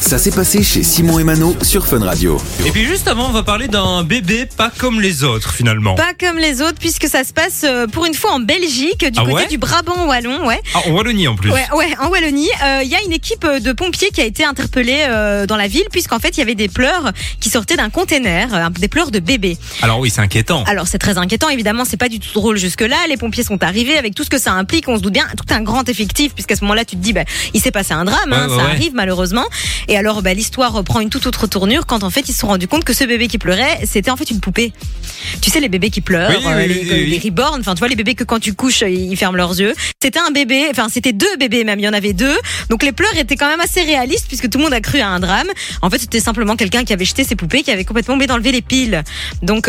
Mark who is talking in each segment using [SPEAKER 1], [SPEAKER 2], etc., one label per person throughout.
[SPEAKER 1] Ça s'est passé chez Simon et Mano sur Fun Radio.
[SPEAKER 2] Et puis juste avant, on va parler d'un bébé pas comme les autres finalement.
[SPEAKER 3] Pas comme les autres, puisque ça se passe euh, pour une fois en Belgique, du
[SPEAKER 2] Ah
[SPEAKER 3] côté
[SPEAKER 2] ouais
[SPEAKER 3] du Brabant wallon, ouais.
[SPEAKER 2] Ah, en Wallonie en plus.
[SPEAKER 3] Ouais, ouais, en Wallonie, euh, il y a une équipe de pompiers qui a été interpellée euh, dans la ville, puisqu'en fait, il y avait des pleurs qui sortaient d'un container, euh, des pleurs de bébés.
[SPEAKER 2] Alors oui, c'est inquiétant.
[SPEAKER 3] Alors, c'est très inquiétant, évidemment, c'est pas du tout drôle jusque-là. Les pompiers sont arrivés avec tout ce que ça implique, on se doute bien, tout un grand effectif, puisqu'à ce moment-là, tu te dis, bah, il s'est passé un drame, hein,
[SPEAKER 2] Ouais, ouais,
[SPEAKER 3] ça
[SPEAKER 2] ouais.
[SPEAKER 3] arrive malheureusement. Et alors, bah, l'histoire prend une toute autre tournure quand en fait, ils se sont rendus compte que ce bébé qui pleurait, c'était en fait une poupée. Tu sais, les bébés qui pleurent,
[SPEAKER 2] Oui, oui,
[SPEAKER 3] euh,
[SPEAKER 2] oui,
[SPEAKER 3] les,
[SPEAKER 2] oui, oui.
[SPEAKER 3] les reborn, enfin, tu vois, les bébés que quand tu couches, euh, ils ils ferment leurs yeux. C'était un bébé, enfin, c'était deux bébés même, il y en avait deux. Donc, les pleurs étaient quand même assez réalistes puisque tout le monde a cru à un drame. En fait, c'était simplement quelqu'un qui avait jeté ses poupées, qui avait complètement oublié d'enlever les piles. Donc,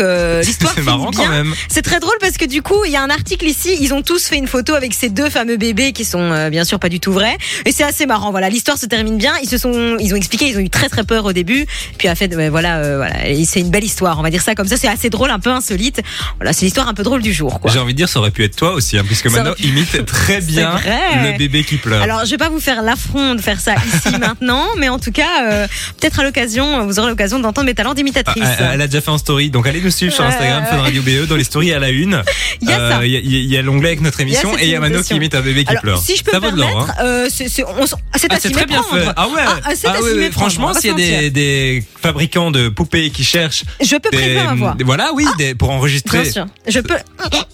[SPEAKER 3] euh, l'histoire
[SPEAKER 2] C'est
[SPEAKER 3] finit
[SPEAKER 2] marrant
[SPEAKER 3] bien.
[SPEAKER 2] quand même.
[SPEAKER 3] C'est très drôle parce que du coup, il y a un article ici, ils ont tous fait une photo avec ces deux fameux bébés qui sont euh, bien sûr pas du tout vrais. Et c'est assez marrant, voilà, l'histoire se termine bien, ils se sont ils ont expliqué, ils ont eu très très peur au début, puis à fait ouais, voilà, euh, voilà, et c'est une belle histoire, on va dire ça comme ça, c'est assez drôle, un peu insolite. Voilà, c'est l'histoire un peu drôle du jour quoi.
[SPEAKER 2] J'ai envie de dire, ça aurait pu être toi aussi, hein, puisque
[SPEAKER 3] Ça
[SPEAKER 2] Mano
[SPEAKER 3] aurait pu-
[SPEAKER 2] imite très bien
[SPEAKER 3] vrai.
[SPEAKER 2] le bébé qui pleure.
[SPEAKER 3] Alors, je vais pas vous faire l'affront de faire ça ici maintenant, mais en tout cas, euh, peut-être à l'occasion, vous aurez l'occasion d'entendre mes talents
[SPEAKER 2] Ah,
[SPEAKER 3] d'imitatrice.
[SPEAKER 2] elle, elle a déjà fait en story, donc allez nous suivre sur
[SPEAKER 3] Ouais,
[SPEAKER 2] Instagram,
[SPEAKER 3] ouais,
[SPEAKER 2] Fun Radio BE, dans les stories à la une. Euh,
[SPEAKER 3] Il y a ça.
[SPEAKER 2] il y a- il y a l'onglet avec notre émission
[SPEAKER 3] cette
[SPEAKER 2] et il y a Mano qui
[SPEAKER 3] imitation.
[SPEAKER 2] imite un bébé qui
[SPEAKER 3] Alors,
[SPEAKER 2] pleure.
[SPEAKER 3] si je peux
[SPEAKER 2] ça
[SPEAKER 3] me
[SPEAKER 2] vaut de l'or,
[SPEAKER 3] permettre,
[SPEAKER 2] hein.
[SPEAKER 3] euh, c'est c'est- on s'en- ah, c'est
[SPEAKER 2] Ah,
[SPEAKER 3] à
[SPEAKER 2] c'est
[SPEAKER 3] s'y
[SPEAKER 2] très bien fait.
[SPEAKER 3] méprendre.
[SPEAKER 2] Ah ouais.
[SPEAKER 3] Ah, c'est à s'y
[SPEAKER 2] ouais, ouais.
[SPEAKER 3] méprendre, on
[SPEAKER 2] Franchement,
[SPEAKER 3] va
[SPEAKER 2] s'il y a
[SPEAKER 3] pas se mentir.
[SPEAKER 2] des, des fabricants de poupées qui cherchent
[SPEAKER 3] Je peux
[SPEAKER 2] des-
[SPEAKER 3] prévenir ma voix.
[SPEAKER 2] des- voilà, oui, des- pour enregistrer,
[SPEAKER 3] Ah. Bien sûr. Je peux. tu vois,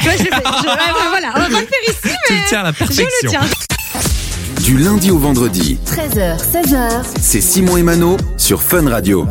[SPEAKER 3] je le fais. Je- ouais, ouais, voilà, on va pas le faire ici,
[SPEAKER 2] tu
[SPEAKER 3] mais.
[SPEAKER 2] le tiens à la
[SPEAKER 3] Je
[SPEAKER 2] perfection.
[SPEAKER 3] le tiens.
[SPEAKER 1] Du lundi au vendredi,
[SPEAKER 4] 13h, 16h,
[SPEAKER 1] c'est Simon et Mano sur Fun Radio.